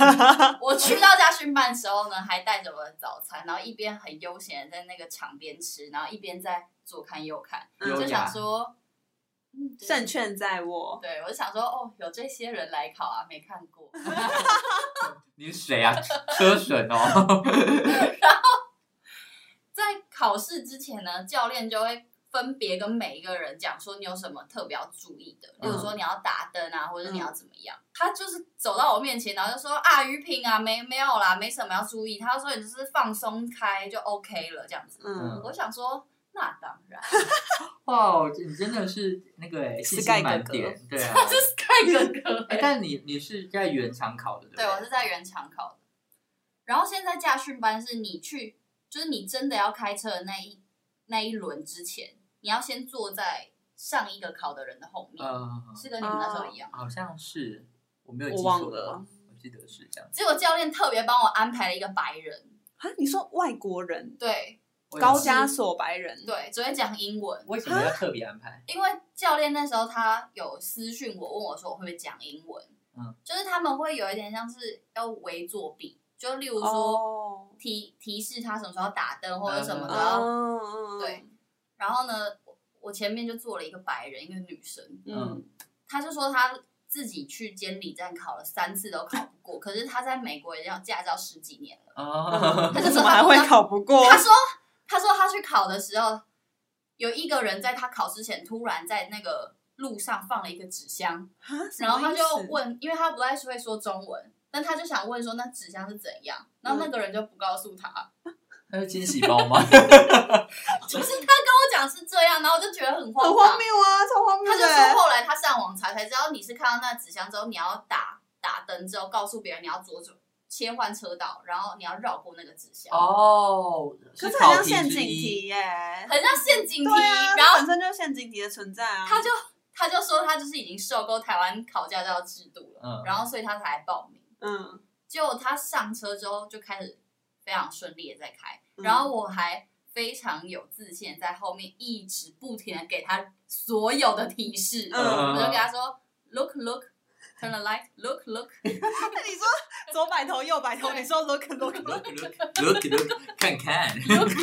Speaker 1: [laughs]
Speaker 3: 我去到家训班的时候呢，还带着我的早餐，然后一边很悠闲的在那个场边吃，然后一边在左看右看，
Speaker 2: 嗯
Speaker 1: 优
Speaker 3: 就
Speaker 1: 雅
Speaker 3: 想说，嗯，对
Speaker 2: 胜券在握。
Speaker 3: 对，我就想说，哦，有这些人来考啊，没看过。
Speaker 1: [laughs] 你是谁啊？车神
Speaker 2: [laughs]
Speaker 1: 哦，
Speaker 3: 在考试之前呢，教练就会分别跟每一个人讲说你有什么特别要注意的，
Speaker 1: 嗯
Speaker 3: 例如说你要打灯啊，或者是你要怎么样。他就是走到我面前，然后就说啊，于平啊，没没有啦，没什么要注意。他说你就是放松开就 OK 了这样子。
Speaker 2: 嗯，
Speaker 3: 我想说，那当然，
Speaker 1: 哇哦，你真的是那个哎，信
Speaker 2: Sky
Speaker 1: 心满
Speaker 2: 哥哥
Speaker 1: 点，对啊。
Speaker 3: 这 [laughs] 是盖哥哥、
Speaker 1: 哎，但你你是在原厂考的，对不
Speaker 3: [laughs] 对，
Speaker 1: 对？
Speaker 3: 我是在原厂考的。然后现在驾训班是你去，就是你真的要开车的那一那一轮之前，你要先坐在上一个考的人的后面。
Speaker 1: 嗯，
Speaker 3: 是跟你们那时
Speaker 2: 哦
Speaker 3: 候一样。
Speaker 1: 好像是，我没有记
Speaker 2: 我
Speaker 1: 错
Speaker 2: 忘
Speaker 1: 的
Speaker 2: 了
Speaker 1: 话，我记得是这样。
Speaker 3: 结果教练特别帮我安排了一个白人，
Speaker 2: 啊，你说外国人，
Speaker 3: 对
Speaker 1: 我也
Speaker 2: 高
Speaker 1: 是
Speaker 2: 加索白人，
Speaker 3: 对，只会讲英文。
Speaker 1: 为什么要特别安排？
Speaker 3: 因为教练那时候他有私讯我，问我说我会不会讲英文，
Speaker 1: 嗯，
Speaker 3: 就是他们会有一点像是要围作弊，就例如说
Speaker 2: 哦，
Speaker 3: 提、提示他什么时候打灯或者什么
Speaker 1: 嗯
Speaker 3: 的，然后
Speaker 2: 哦，
Speaker 3: 对，然后呢，我我前面就坐了一个白人，一个女生，
Speaker 2: 嗯，
Speaker 3: 她就说她自己去监理站考了三次都考不过，可是她在美国也要驾照十几年了。
Speaker 1: [laughs] 哦，
Speaker 2: 他
Speaker 3: 他就
Speaker 2: 嗯怎
Speaker 3: 说
Speaker 2: 么还会考不过？
Speaker 3: 他说，他说他去考的时候，有一个人在他考之前突然在那个路上放了一个纸箱，
Speaker 2: 啊什么
Speaker 3: 然后他
Speaker 2: 意
Speaker 3: 就
Speaker 2: 思
Speaker 3: 问，因为他不太会说中文，但他就想问说那纸箱是怎样，然后那个人就不告诉
Speaker 2: 哦
Speaker 3: 他，
Speaker 1: 那是惊喜包吗？
Speaker 3: 就是他跟我讲是这样，然后我就觉得很荒
Speaker 2: 很
Speaker 3: 唐
Speaker 2: 荒。谬啊，超荒谬
Speaker 3: 他
Speaker 2: 的。
Speaker 3: 就说后来他上网查才知道，你是看到那纸箱之后，你要打打灯之后告诉别人你要左转切换车道，然后你要绕过那个纸箱，
Speaker 1: [laughs] 哦，
Speaker 2: 可是
Speaker 1: 考
Speaker 2: 很像
Speaker 1: 题
Speaker 2: 陷
Speaker 1: 之
Speaker 2: 阱
Speaker 1: 一
Speaker 2: 题耶，
Speaker 3: 很像陷阱题。
Speaker 2: 对啊，
Speaker 3: 然后
Speaker 2: 本身就是陷阱题的存在啊。
Speaker 3: 他就他就说他就是已经受够台湾考驾照制度了，
Speaker 1: 嗯 [laughs]
Speaker 3: 然后所以他才来报名。
Speaker 2: 嗯，
Speaker 3: 结果他上车之后就开始非常顺利的在开，然后我还非常有自信地在后面一直不停的给他所有的提示，
Speaker 2: 嗯
Speaker 3: 我就给他说 look look turn the light look look，
Speaker 2: 那你说左摆头右摆头，你说 look look look，
Speaker 1: look look look，看
Speaker 2: [laughs]
Speaker 1: 看，
Speaker 3: 上车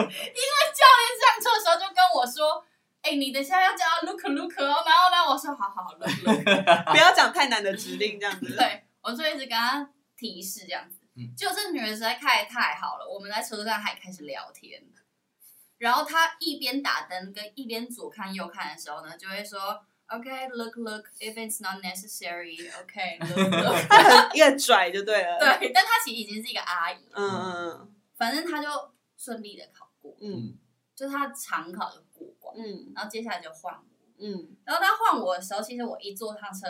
Speaker 3: 的时候就跟我说。哎、你等一下要叫他 look look 哦，然后呢，我说好好好 look look，
Speaker 2: 不要讲太难的指令这样子。
Speaker 3: 对，我就一直跟他提示这样子。
Speaker 1: 嗯
Speaker 3: 结果这女人实在开的太好了，我们在车上还开始聊天。然后她一边打灯跟一边左看右看的时候呢，就会说：“OK，look、look，if it's not necessary，OK，look、look
Speaker 2: [laughs] 他很越拽就对了。，
Speaker 3: 对，但她其实已经是一个阿姨，
Speaker 2: 嗯嗯
Speaker 3: 反正她就顺利的考过，
Speaker 2: 嗯
Speaker 3: 就她常考就过关。
Speaker 2: 嗯
Speaker 3: 然后接下来就换我，
Speaker 2: 嗯
Speaker 3: 然后她换我的时候，其实我一坐上车，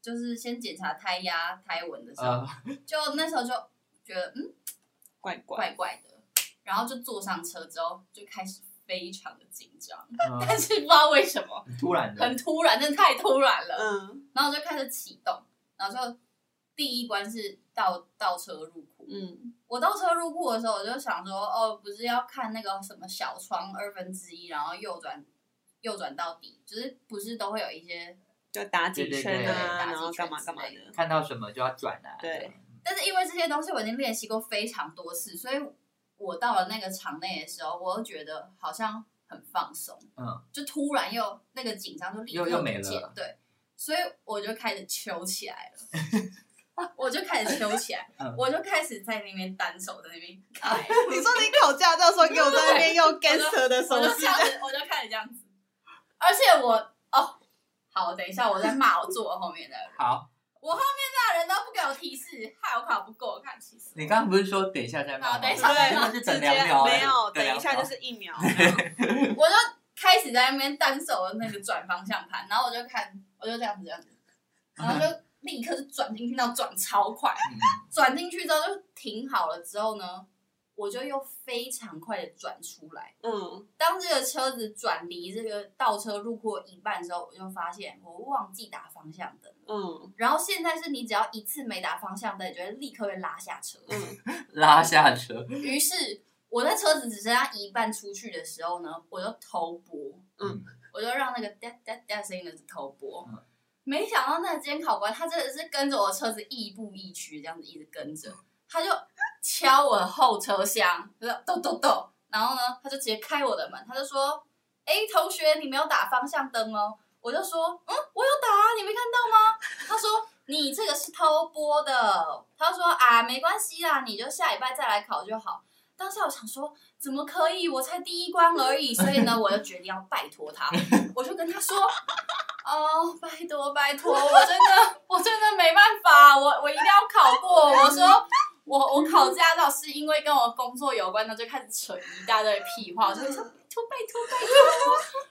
Speaker 3: 就是先检查胎压、胎纹的时
Speaker 1: [laughs]
Speaker 3: 候，
Speaker 1: 呃，
Speaker 3: 就那时候就觉得嗯
Speaker 2: 怪怪。
Speaker 3: 怪怪的，然后就坐上车之后就开始非常的紧张，
Speaker 1: 呃
Speaker 2: 嗯
Speaker 3: 但是不知道为什么
Speaker 1: 很突然的
Speaker 3: 很，突然，真的太突然了。
Speaker 2: 嗯
Speaker 3: 然后我就开始启动，然后就第一关是倒倒车入库。
Speaker 2: 嗯
Speaker 3: 我倒车入库的时候，我就想说，哦，不是要看那个什么小窗二分之一，然后右转右转到底，就是不是都会有一些
Speaker 2: 就打几
Speaker 1: 对
Speaker 2: 圈
Speaker 1: 对对
Speaker 2: 啊，
Speaker 3: 打几
Speaker 2: 然后
Speaker 3: 圈
Speaker 2: 干嘛干嘛
Speaker 3: 之类
Speaker 2: 的。
Speaker 1: 看到什么就要转啊，
Speaker 2: 对
Speaker 1: 这样，
Speaker 3: 但是因为这些东西我已经练习过非常多次，所以我到了那个场内的时候，我又觉得好像很放松，
Speaker 1: 嗯，
Speaker 3: 就突然又那个紧张就立刻
Speaker 1: 又又没
Speaker 3: 不见
Speaker 1: 了
Speaker 3: 对，所以我就开始揪起来了。
Speaker 1: [laughs]
Speaker 3: 我就开始揪起来，
Speaker 1: 嗯
Speaker 3: 我就开始在那边单手在那边开，
Speaker 2: 你说你考驾照的时候，给我在那边用 gangster 的手
Speaker 3: 我就
Speaker 2: 势
Speaker 3: 这，样子，我就开始这样子，而且我哦，好，等一下我在骂我坐我后面的人，
Speaker 1: 好，
Speaker 3: 大人都不给我提示，害我考不过，我看气死我
Speaker 1: 你刚刚不是说等一下再骂吗？
Speaker 3: 好等一下
Speaker 2: 对，
Speaker 1: 真的是
Speaker 2: 直接
Speaker 1: 等两秒欸，
Speaker 2: 没有，
Speaker 1: 对
Speaker 2: 等一下
Speaker 1: 两
Speaker 2: 就
Speaker 1: 秒
Speaker 2: 是一秒。
Speaker 3: 我就开始在那边单手的那个转方向盘，然后我就看，我就这样子这样子，然后就立刻就转进去，那转超快，
Speaker 1: 嗯
Speaker 3: 转进去之后就停好了之后呢，我就又非常快的转出来。
Speaker 2: 嗯，
Speaker 3: 当这个车子转离这个倒车入库一半之后，我就发现我忘记打方向灯了。
Speaker 2: 嗯
Speaker 3: 然后现在是你只要一次没打方向灯，你就会立刻被拉下车。
Speaker 2: 嗯
Speaker 1: 拉下车，
Speaker 3: 于是我在车子只剩下一半出去的时候呢，我就头拨，
Speaker 2: 嗯
Speaker 1: 嗯，
Speaker 3: 我就让那个哒哒哒声音的头拨。
Speaker 1: 嗯
Speaker 3: 没想到那个监考官他真的是跟着我的车子亦步亦趋，这样子一直跟着，他就敲我的后车厢，就是咚咚咚，然后呢，他就直接开我的门，他就说：“哎、同学，你没有打方向灯哦。”我就说：“嗯，我有打啊，你没看到吗？”他说：“你这个是偷播的。”他说：“啊，没关系啦，你就下礼拜再来考就好。”当时我想说，怎么可以？我才第一关而已，所以呢，我就决定要拜托他，我就跟他说：“哦，拜托拜托，我真的我真的没办法，我我一定要考过。”我说。我我考驾照是因为跟我工作有关的，就开始扯一大堆屁话，我就说拜托拜托拜托，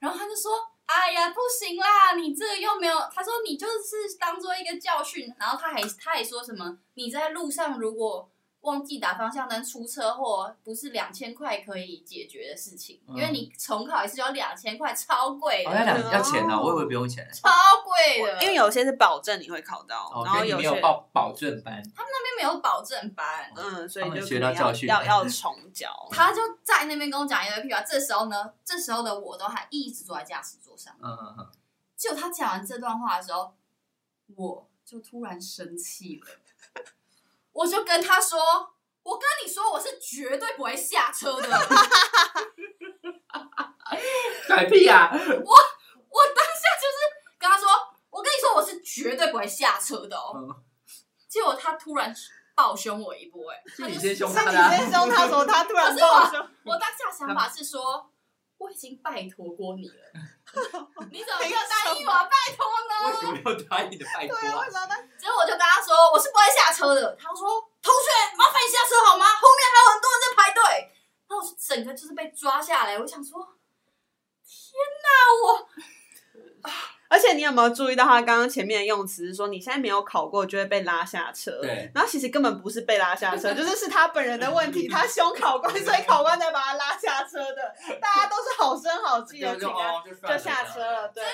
Speaker 3: 然后他就说：“哎呀，不行啦，你这个又没有。”他说：“你就是当做一个教训。”然后他还他还说什么：“你在路上如果忘记打方向灯出车祸，不是两千块可以解决的事情，
Speaker 1: 嗯
Speaker 3: 因为你重考一次就要两千块，超贵的，
Speaker 1: 好像两
Speaker 2: 哦
Speaker 1: 要钱呢，我以为不用钱，
Speaker 3: 超贵的。
Speaker 2: 因为有些是保证你会考到，
Speaker 1: 哦
Speaker 2: 然，后
Speaker 1: 所以你没
Speaker 2: 些
Speaker 1: 有报保证班，
Speaker 3: 那边没有保证班。
Speaker 2: 嗯，所以
Speaker 1: 他们
Speaker 2: 就
Speaker 1: 学
Speaker 2: 可能
Speaker 1: 到教
Speaker 2: 要
Speaker 1: 训
Speaker 2: 要要重教。
Speaker 3: 他就在那边跟我讲一堆屁话。这时候呢，这时候的我都还一直坐在驾驶座上。
Speaker 1: 嗯嗯嗯， [laughs]
Speaker 3: 就他讲完这段话的时候，我就突然生气了，我就跟他说：“我跟你说，我是绝对不会下车的。”
Speaker 1: 拽屁啊呀，
Speaker 3: 我当下就是跟他说：“我跟你说，我是绝对不会下车的哦。
Speaker 1: 嗯
Speaker 3: 结果他突然暴凶我一波、哎，
Speaker 1: 是你先凶
Speaker 2: 是
Speaker 1: [laughs] 他
Speaker 2: 你
Speaker 1: 的啊，
Speaker 2: 先凶他，说他突然跟
Speaker 3: 不是我
Speaker 2: 我说，
Speaker 3: 我当下想法是说，我已经拜托过你
Speaker 1: [laughs]
Speaker 3: 了，你怎么没有答应我拜托
Speaker 1: [laughs] 为
Speaker 3: 呢？
Speaker 1: 什么要答应你的拜托
Speaker 2: 对啊，
Speaker 1: 啊
Speaker 2: 为？什么呢？
Speaker 3: 结果我就跟他说我是不会下车的。他说同学，麻烦你下车好吗？后面还有很多人在排队。然后我就整个就是被抓下来，我想说，
Speaker 2: 而且你有没有注意到他刚刚前面的用词是说你现在没有考过就会被拉下车？
Speaker 1: 对。
Speaker 2: 然后其实根本不是被拉下
Speaker 1: [laughs]
Speaker 2: 车，就是是他本人的问题，他凶考官，所以考官才把他拉下车的。大家都是好声好气的
Speaker 1: 就
Speaker 2: 请
Speaker 1: 就
Speaker 2: 他
Speaker 1: 哦就算
Speaker 2: 就
Speaker 1: 了
Speaker 2: 下车了，。对，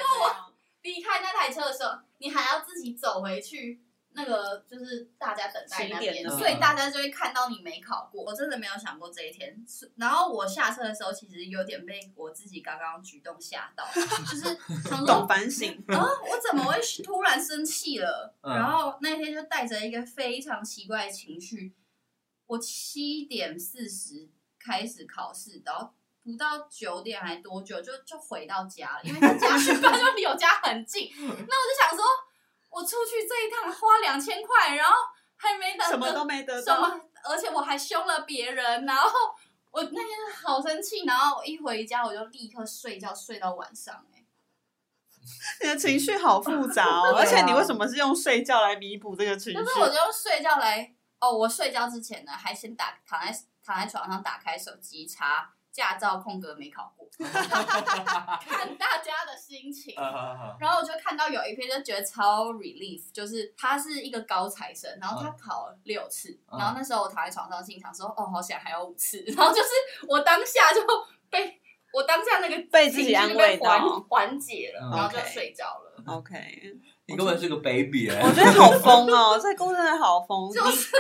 Speaker 3: 离开那台车的时候，你还要自己走回去。那个就是大家等待
Speaker 2: 起
Speaker 3: 那边，
Speaker 2: 点
Speaker 1: 的
Speaker 3: 所以大家就会看到你没考过。我真的没有想过这一天。是然后我下车的时候，其实有点被我自己刚刚举动吓到，就是想
Speaker 2: [laughs] 懂
Speaker 3: 说，
Speaker 1: [laughs]
Speaker 2: 反省，
Speaker 3: 啊，我怎么会突然生气了？
Speaker 1: 嗯
Speaker 3: 然后那天就带着一个非常奇怪的情绪，我七点四十开始考试，然后不到九点还多久就就回到家了，因为他家是 [laughs] 他就离我家很近。那我就想说，我出去这一趟花两千块，然后还没等
Speaker 2: 什么都没得
Speaker 3: 什
Speaker 2: 到，
Speaker 3: 么，而且我还凶了别人，然后我那天好生气，然后我一回家我就立刻睡觉，睡到晚上、欸。
Speaker 2: 你的情绪好复杂哦，
Speaker 1: [laughs] 对啊
Speaker 2: 而且你为什么是用睡觉来弥补这个情绪
Speaker 3: 但？是我就睡觉来，哦，我睡觉之前呢，还先打躺在躺在床上打开手机查驾照空格没考过， [laughs] 看大家的心情。
Speaker 1: 呃，
Speaker 3: 然后我就看到有一篇就觉得超 relief，就是他是一个高材生，然后他考了六次，
Speaker 1: 嗯
Speaker 3: 然后那时候我躺在床上心想说，哦，好险还有五次， [laughs] 然后就是我当下就被我当下那个
Speaker 2: 被自己
Speaker 3: 情绪就
Speaker 2: 安慰到
Speaker 3: 缓缓解了
Speaker 1: 嗯，
Speaker 3: 然后就
Speaker 2: OK
Speaker 3: 睡觉了。
Speaker 2: OK，
Speaker 1: 你根本是个 baby
Speaker 2: 我
Speaker 3: [laughs]
Speaker 1: 哎，
Speaker 2: 觉得好疯哦，这个故事真的好疯，
Speaker 3: 就是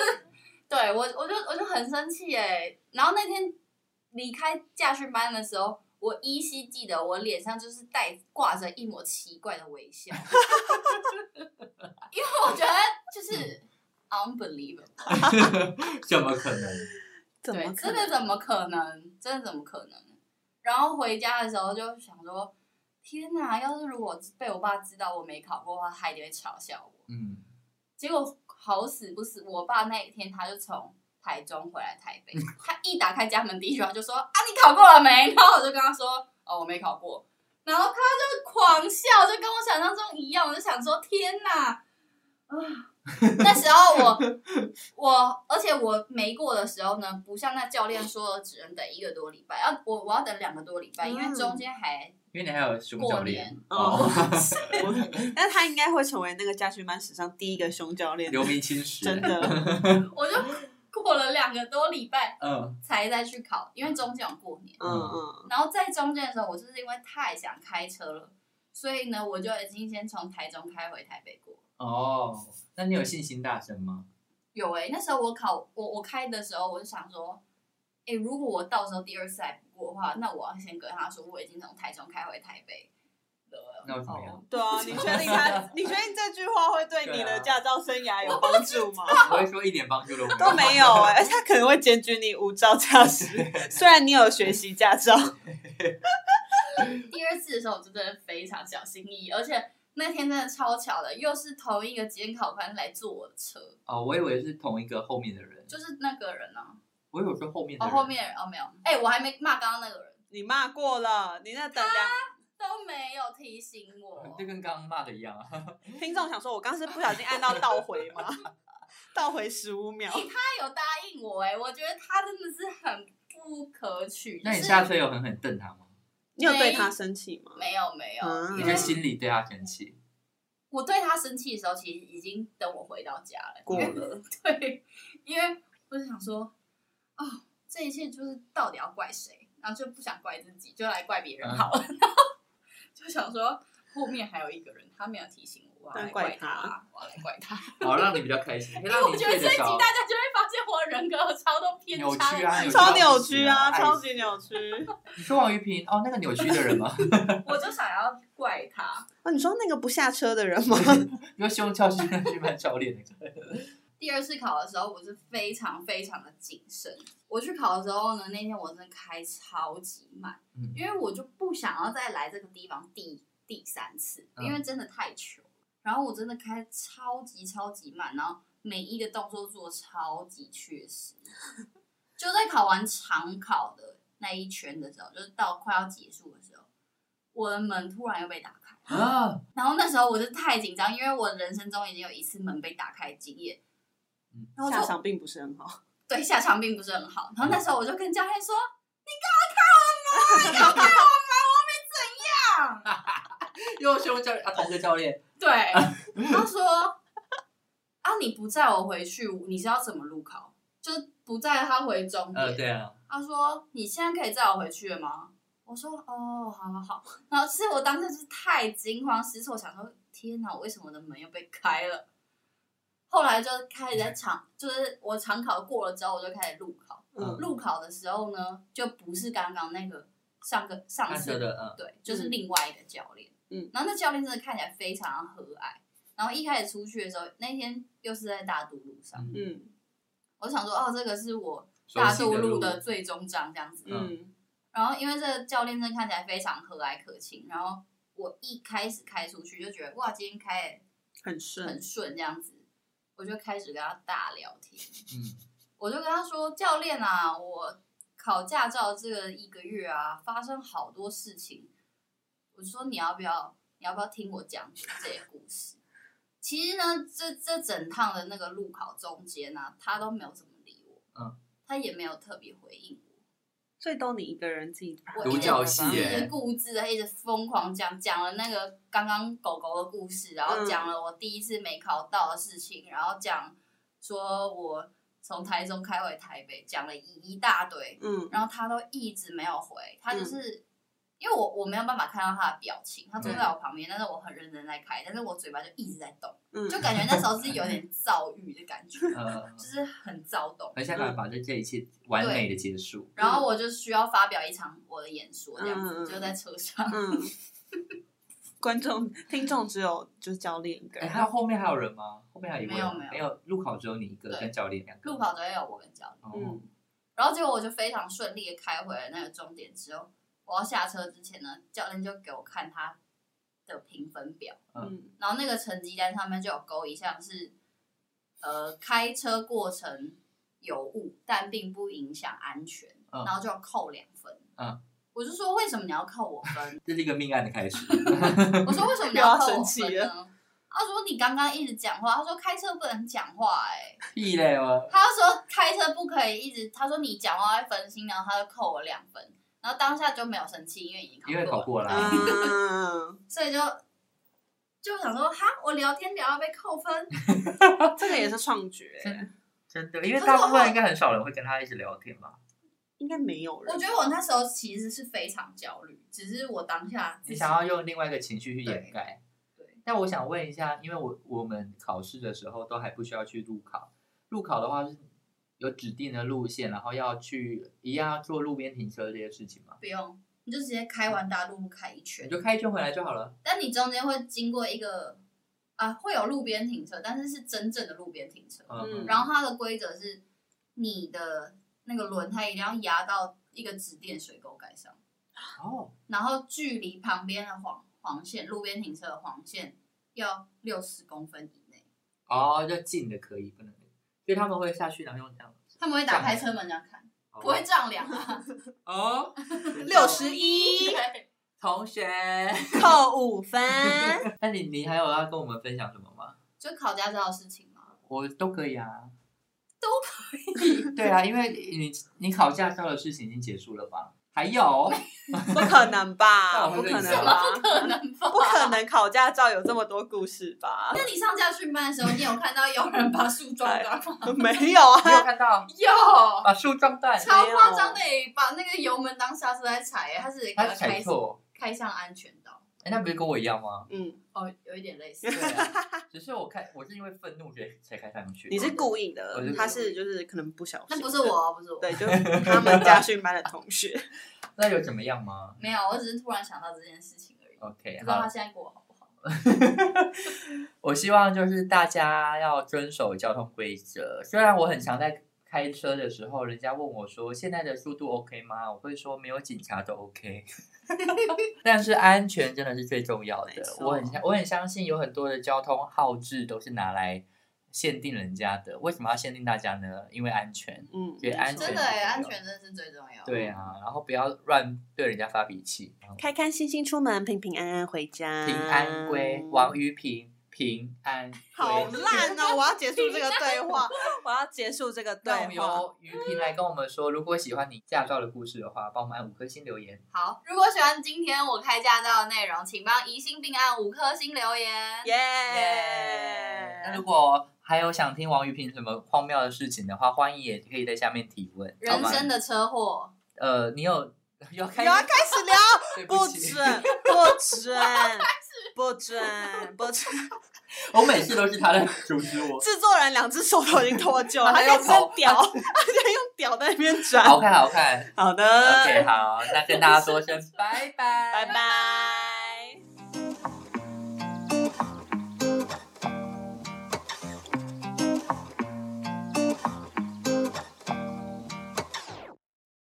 Speaker 3: 对我，我就我就很生气哎、然后那天离开驾训班的时候，我依稀记得我脸上就是带挂着一抹奇怪的微
Speaker 2: [laughs]
Speaker 3: 笑，因为我觉得就是
Speaker 2: 嗯
Speaker 3: unbelievable，
Speaker 1: 怎么可能？
Speaker 2: 怎
Speaker 3: 对，
Speaker 2: 么可
Speaker 3: 真的
Speaker 2: 能？
Speaker 3: 怎么可能？真的怎么可能？然后回家的时候就想说，天哪！要是如果被我爸知道我没考过的话，他一定会嘲笑我。
Speaker 1: 嗯，
Speaker 3: 结果好死不死，我爸那一天他就从台中回来台北，他一打开家门第一句话就说：“啊，你考过了没？”然后我就跟他说：“哦，我没考过。”然后他就狂笑，就跟我想象中一样。我就想说：“天哪！”啊，那时候我我，而且我没过的时候呢，不像那教练说的只能等一个多礼拜，要我我要等两个多礼拜，因为中间还
Speaker 1: 因为你还有熊
Speaker 3: 过
Speaker 1: 教练
Speaker 3: 年，
Speaker 1: 哦，
Speaker 2: [laughs] 那他应该会成为那个家训班史上第一个凶教练，
Speaker 1: 流民侵
Speaker 3: [laughs]
Speaker 1: 蚀，
Speaker 2: 真，的。
Speaker 3: 我就过了两个多礼拜
Speaker 1: 嗯
Speaker 3: 才再去考，因为中间有过年。
Speaker 2: 嗯嗯，
Speaker 3: 然后在中间的时候，我就是因为太想开车了，所以呢，我就已经先从台中开回台北过。
Speaker 1: 哦，那你有信心大声
Speaker 3: [laughs]
Speaker 1: 吗？
Speaker 3: 有诶、那时候我考我我开的时候，我就想说，诶、如果我到时候第二次还不过的话，那我要先跟他说我已经从台中开回台北了。
Speaker 1: 那又怎么样
Speaker 3: 哦？
Speaker 2: 对啊，你确定他？你确定这句话会对你
Speaker 1: 对啊
Speaker 2: 的驾照生涯有帮助吗？
Speaker 1: 我会说一点帮助都没有，
Speaker 2: 都没有哎、而且他可能会检举你无照驾驶，虽然你有学习驾照。
Speaker 3: 第二次的时候，我就真的非常小心翼翼，而且那天真的超巧的，又是同一个监考官来坐我的车，
Speaker 1: 哦，我以为是同一个后面的人，
Speaker 3: 就是那个人啊，
Speaker 1: 我有说后面的
Speaker 3: 哦
Speaker 1: 人，
Speaker 3: 后面的人哦没有，诶、我还没骂刚刚那个人，
Speaker 2: 你骂过了，你那等
Speaker 3: 啊
Speaker 2: 两
Speaker 3: 都没有提醒我。
Speaker 1: 就跟刚刚骂的一样啊，
Speaker 2: 听众想说，我刚是不小心按到倒回吗？倒回十五秒，
Speaker 3: 他有答应我哎、我觉得他真的是很不可取。
Speaker 1: 那你
Speaker 3: 就是
Speaker 1: 下车有狠狠瞪他吗？
Speaker 2: 你有对他生气吗？
Speaker 3: 没有没有，
Speaker 2: 嗯
Speaker 1: 你
Speaker 3: 因
Speaker 1: 在
Speaker 3: 为
Speaker 1: 心里对他生气？
Speaker 3: 我对他生气的时候，其实已经等我回到家了。
Speaker 2: 过
Speaker 3: 因为
Speaker 2: 了，
Speaker 3: [laughs] 对，因为我就想说，哦，这一切就是到底要怪谁，然后就不想怪自己，就来怪别人
Speaker 1: 嗯
Speaker 3: 好了。 [laughs] 然后就想说，后面还有一个人，他没有提醒我，我要来
Speaker 2: 但怪
Speaker 3: 怪
Speaker 2: 他，
Speaker 3: 我要来
Speaker 1: [laughs]
Speaker 3: 怪他。
Speaker 1: 好，让你比较开心，
Speaker 3: 因为
Speaker 1: 让
Speaker 3: 我
Speaker 1: 你
Speaker 3: 觉得
Speaker 1: 睡
Speaker 3: 这
Speaker 1: 得
Speaker 3: 一集
Speaker 1: 着。
Speaker 3: 大家就会发现我人格有超多偏
Speaker 1: 扭
Speaker 3: 差
Speaker 1: 曲啊
Speaker 3: 的地
Speaker 1: 扭
Speaker 3: 方
Speaker 1: 曲
Speaker 2: 超扭曲啊，
Speaker 1: 爱死
Speaker 2: 超级扭 [laughs] 曲。
Speaker 1: 你说王玉萍哦，那个扭曲的人吗？ [laughs]
Speaker 3: 我就想要怪他。
Speaker 2: 啊，你说那个不 [laughs] 下车的人吗？
Speaker 1: 你说胸教训去扮教练 [laughs] 那个？
Speaker 3: 第二次考的时候，我是非常非常的谨慎。我去考的时候呢，那天我真的开超级慢，
Speaker 1: 嗯
Speaker 3: 因为我就不想要再来这个地方第第三次，
Speaker 1: 嗯
Speaker 3: 因为真的太糗了。然后我真的开超级超级慢，然后每一个动作做超级确实。 [laughs] 就在考完长考的那一圈的时候，就是到快要结束的时候，我的门突然又被打开。
Speaker 1: 啊，
Speaker 3: 然后那时候我就太紧张，因为我人生中已经有一次门被打开的经验
Speaker 1: 嗯，
Speaker 3: 然后
Speaker 2: 下
Speaker 3: 我就
Speaker 2: 场并不是很好。
Speaker 3: 对下场并不是很好。
Speaker 1: 嗯
Speaker 3: 然后那时候我就跟教练说：“你给我开我门，你给我开啊我门，我没怎样。
Speaker 1: [laughs] 又胸教练啊，同个教练，”
Speaker 3: 对，
Speaker 1: [laughs]
Speaker 3: 他说：“啊，你不载我回去，你是要怎么路考？就是不载他回终点。
Speaker 1: 呃，对啊，
Speaker 3: 他说：“你现在可以载我回去了吗？”我说哦，好好好。然后其实我当时是太惊慌失措，想说天哪，我为什么我的门又被开了？后来就开始在
Speaker 1: 嗯
Speaker 3: 场，就是我场考过了之后，我就开始路考。
Speaker 2: 嗯
Speaker 3: 路考的时候呢，就不是刚刚那个上个上
Speaker 1: 他
Speaker 3: 次
Speaker 1: 觉得嗯，
Speaker 3: 对，就是另外一个教练。
Speaker 2: 嗯，
Speaker 3: 然后那教练真的看起来非常和蔼。然后一开始出去的时候，那天又是在大渡路上，
Speaker 1: 嗯
Speaker 2: 嗯
Speaker 3: 我想说，哦，这个是我
Speaker 1: 熟
Speaker 3: 大
Speaker 1: 悉
Speaker 3: 渡
Speaker 1: 的
Speaker 3: 路
Speaker 1: 路
Speaker 3: 的最终章这样子。
Speaker 2: 嗯
Speaker 3: 然后因为这个教练真的看起来非常和蔼可亲，然后我一开始开出去就觉得哇，今天开
Speaker 2: 很
Speaker 3: 得很
Speaker 2: 顺，
Speaker 3: 顺这样子，我就开始跟他大聊天。
Speaker 1: 嗯，
Speaker 3: 我就跟他说：“教练啊，我考驾照这个一个月啊，发生好多事情。我说你要不要，你要不要听我讲这些故事？其实呢，这这整趟的那个路考中间呢、啊，他都没有怎么理我，
Speaker 1: 嗯，
Speaker 3: 他也没有特别回应我，
Speaker 2: 所以都你一个人自己爬
Speaker 3: 我
Speaker 1: 独
Speaker 3: 一直
Speaker 1: 角戏
Speaker 3: 一
Speaker 1: 耶
Speaker 3: 直固执的一直疯狂讲，讲了那个刚刚狗狗的故事，然后
Speaker 2: 嗯
Speaker 3: 讲了我第一次没考到的事情，然后讲说我从台中开回台北，讲了一大堆，
Speaker 2: 嗯
Speaker 3: 然后他都一直没有回，他就是、因为我我没有办法看到他的表情，他坐在我旁边，但是我很认真在开，但是我嘴巴就一直在动，
Speaker 2: 嗯，
Speaker 3: 就感觉那时候是有点躁郁的感觉，
Speaker 1: 呃
Speaker 3: [laughs] 就，是很躁动。
Speaker 1: 很想办法把这这一切完美的结束。
Speaker 3: 然后我就需要发表一场我的演说，这样子、
Speaker 2: 嗯嗯嗯
Speaker 3: 就在车上。
Speaker 2: 嗯， [laughs] 观众听众只有就是教练一个
Speaker 1: 哎，
Speaker 2: 人，
Speaker 1: 还有后面还有人吗？后面还有一位吗
Speaker 3: 没有没
Speaker 1: 没有，路考只有你一个
Speaker 3: 对
Speaker 1: 跟教练两个。
Speaker 3: 路跑都要有我跟教练，
Speaker 1: 哦
Speaker 2: 嗯，
Speaker 3: 然后结果我就非常顺利的开回了那个终点之后，我要下车之前呢，教练就给我看他的评分表。
Speaker 2: 嗯
Speaker 3: 然后那个成绩单上面就有勾一项是，呃，开车过程有误，但并不影响安全，
Speaker 1: 嗯
Speaker 3: 然后就扣两分。
Speaker 1: 嗯，
Speaker 3: 我就说为什么你要扣我
Speaker 1: [laughs]
Speaker 3: 分？
Speaker 1: 这是一个命案的
Speaker 3: [laughs]
Speaker 1: 开始。
Speaker 3: 我说为什么你扣我分
Speaker 2: 又要
Speaker 3: 呢？他说你刚刚一直讲话，他说开车不能讲话、欸，哎，
Speaker 1: 屁嘞哦，
Speaker 3: 他说开车不可以一直，他说你讲话会分心，然后他就扣我两分。然后当下就没有生气，因为已经考
Speaker 1: 因为考
Speaker 3: 过了，
Speaker 1: 过啊啦。
Speaker 2: 嗯，
Speaker 3: 所以就就想说哈，我聊天聊到被扣分，
Speaker 2: 这个也是创举欸，
Speaker 1: 真的，因为
Speaker 3: 可是
Speaker 1: 大
Speaker 3: 我
Speaker 1: 部
Speaker 3: 后
Speaker 1: 分应该很少人会跟他一起聊天吧？
Speaker 2: 应该没有人，
Speaker 3: 我觉得我那时候其实是非常焦虑，只是我当下自
Speaker 1: 你
Speaker 3: 己
Speaker 1: 想要用另外一个情绪去
Speaker 3: 对
Speaker 1: 掩盖。
Speaker 3: 对，
Speaker 1: 但我想问一下，因为我我们考试的时候都还不需要去路考，路考的话是有指定的路线，然后要去一样要做路边停车这些事情嘛，
Speaker 3: 不用，你就直接开完大路开一圈
Speaker 1: 你，就开一圈回来就好了。
Speaker 3: 但你中间会经过一个啊，会有路边停车，但是是真正的路边停车。
Speaker 1: 嗯，
Speaker 3: 然后它的规则是，你的那个轮胎一定要压到一个指定水沟盖上，
Speaker 1: 哦，
Speaker 3: 然后距离旁边的黄黄线，路边停车的黄线要六十公分以内。
Speaker 1: 哦，就近的可以，不能，所以他们会下去然后用这样子，
Speaker 3: 他们会打开车门这样看，
Speaker 1: 哦
Speaker 3: 不会丈量啊。 [laughs]
Speaker 1: 哦，
Speaker 2: 六十一
Speaker 3: 对
Speaker 1: 同学，
Speaker 2: [laughs]
Speaker 1: [laughs]
Speaker 2: 扣五 [laughs] 分，
Speaker 1: 那你你还有要跟我们分享什么吗？
Speaker 3: 就考驾照的事情嘛。
Speaker 1: 我都可以啊，
Speaker 3: 都
Speaker 1: 可以。 [laughs] 对啊，因为你你考驾照的事情已经结束了吧？还
Speaker 3: [laughs]
Speaker 1: 有，
Speaker 2: 不可能吧？
Speaker 1: 那我
Speaker 2: 不
Speaker 1: 会
Speaker 2: 可
Speaker 1: 跟你
Speaker 2: 能
Speaker 1: 讲
Speaker 2: 吧？ [laughs]
Speaker 1: 哦
Speaker 3: 可能吧
Speaker 2: 不可能考驾照有这么多故事 [laughs] 吧？
Speaker 3: 那你上家训班的时候，你有看到有人把树撞
Speaker 1: [laughs]
Speaker 3: 断吗？
Speaker 2: 没有
Speaker 1: 你有
Speaker 2: 啊，
Speaker 1: 看到
Speaker 3: 有，
Speaker 1: 把树撞断，
Speaker 3: 超夸张的耶，把那个油门当刹车在踩耶，他是给
Speaker 1: 他
Speaker 3: 它
Speaker 1: 是踩
Speaker 3: 开
Speaker 1: 错，
Speaker 3: 开向安全岛。
Speaker 1: 哎，那不是跟我一样吗？
Speaker 2: 嗯，
Speaker 3: 哦，有一点
Speaker 1: [laughs]
Speaker 3: 类似
Speaker 1: 对。啊，只是我开我是因为愤怒所以才开上去。哦
Speaker 2: 你是故意
Speaker 1: 我
Speaker 2: 的
Speaker 1: 是故，意
Speaker 2: 他是就是可能不小心，
Speaker 3: 那不是，我，不是我，
Speaker 2: 对，就是他们家训班的同
Speaker 3: [laughs]
Speaker 2: 学，
Speaker 1: 那有怎么样吗
Speaker 3: 没有，我只是突然想到这件事情而已，不
Speaker 1: ？OK，
Speaker 3: 知道
Speaker 1: 哦好
Speaker 3: 他，现在过得好不好。
Speaker 1: 我希望就是大家要遵守交通规则。虽然我很常在开车的时候，人家问我说现在的速度 OK 吗？我会说没有警察都
Speaker 2: [laughs]
Speaker 1: OK。但是安全真的是最重要的
Speaker 2: 没。错
Speaker 1: 我很相我很相信有很多的交通号志都是拿来限定人家的。为什么要限定大家呢？因为安全。
Speaker 2: 嗯，
Speaker 1: 对安全
Speaker 3: 真的耶，安全真的是最重要。
Speaker 1: 对，啊，然后不要乱对人家发脾气。
Speaker 2: 开开心心出门，平平安安回家，
Speaker 1: 平安归，王玉平平安归。
Speaker 2: 好烂
Speaker 3: [laughs]
Speaker 2: 哦！我要结束这个对话，我要结束这个对
Speaker 1: 那我们
Speaker 2: 话。
Speaker 1: 由于平来跟我们说，如果喜欢你驾照的故事的话，帮我们按五颗星留言。
Speaker 3: 好，如果喜欢今天我开驾照的内容，请帮疑心病案五颗星留言。
Speaker 2: 耶！
Speaker 1: 那如果还有想听王玉平什么荒谬的事情的话，欢迎也可以在下面提问，好
Speaker 3: 人
Speaker 1: 吗？
Speaker 3: 生的车祸，
Speaker 1: 呃，你有要开
Speaker 2: 有啊，开始聊，
Speaker 1: 对
Speaker 2: 不
Speaker 1: 起
Speaker 2: 准，不准，不准，不
Speaker 3: [laughs]
Speaker 2: 准。
Speaker 1: 我每次都是他在阻止
Speaker 2: [laughs]
Speaker 1: 我。
Speaker 2: 制作人两只手都已经脱臼
Speaker 3: [laughs]
Speaker 2: 了，
Speaker 1: 他
Speaker 2: 他
Speaker 1: 还要
Speaker 2: 在
Speaker 1: 跑
Speaker 2: 用 [laughs] 屌，他在用屌在那边转。
Speaker 1: 好看，好看。
Speaker 2: 好的
Speaker 1: OK，好，那跟大家说声拜拜，
Speaker 2: 拜拜。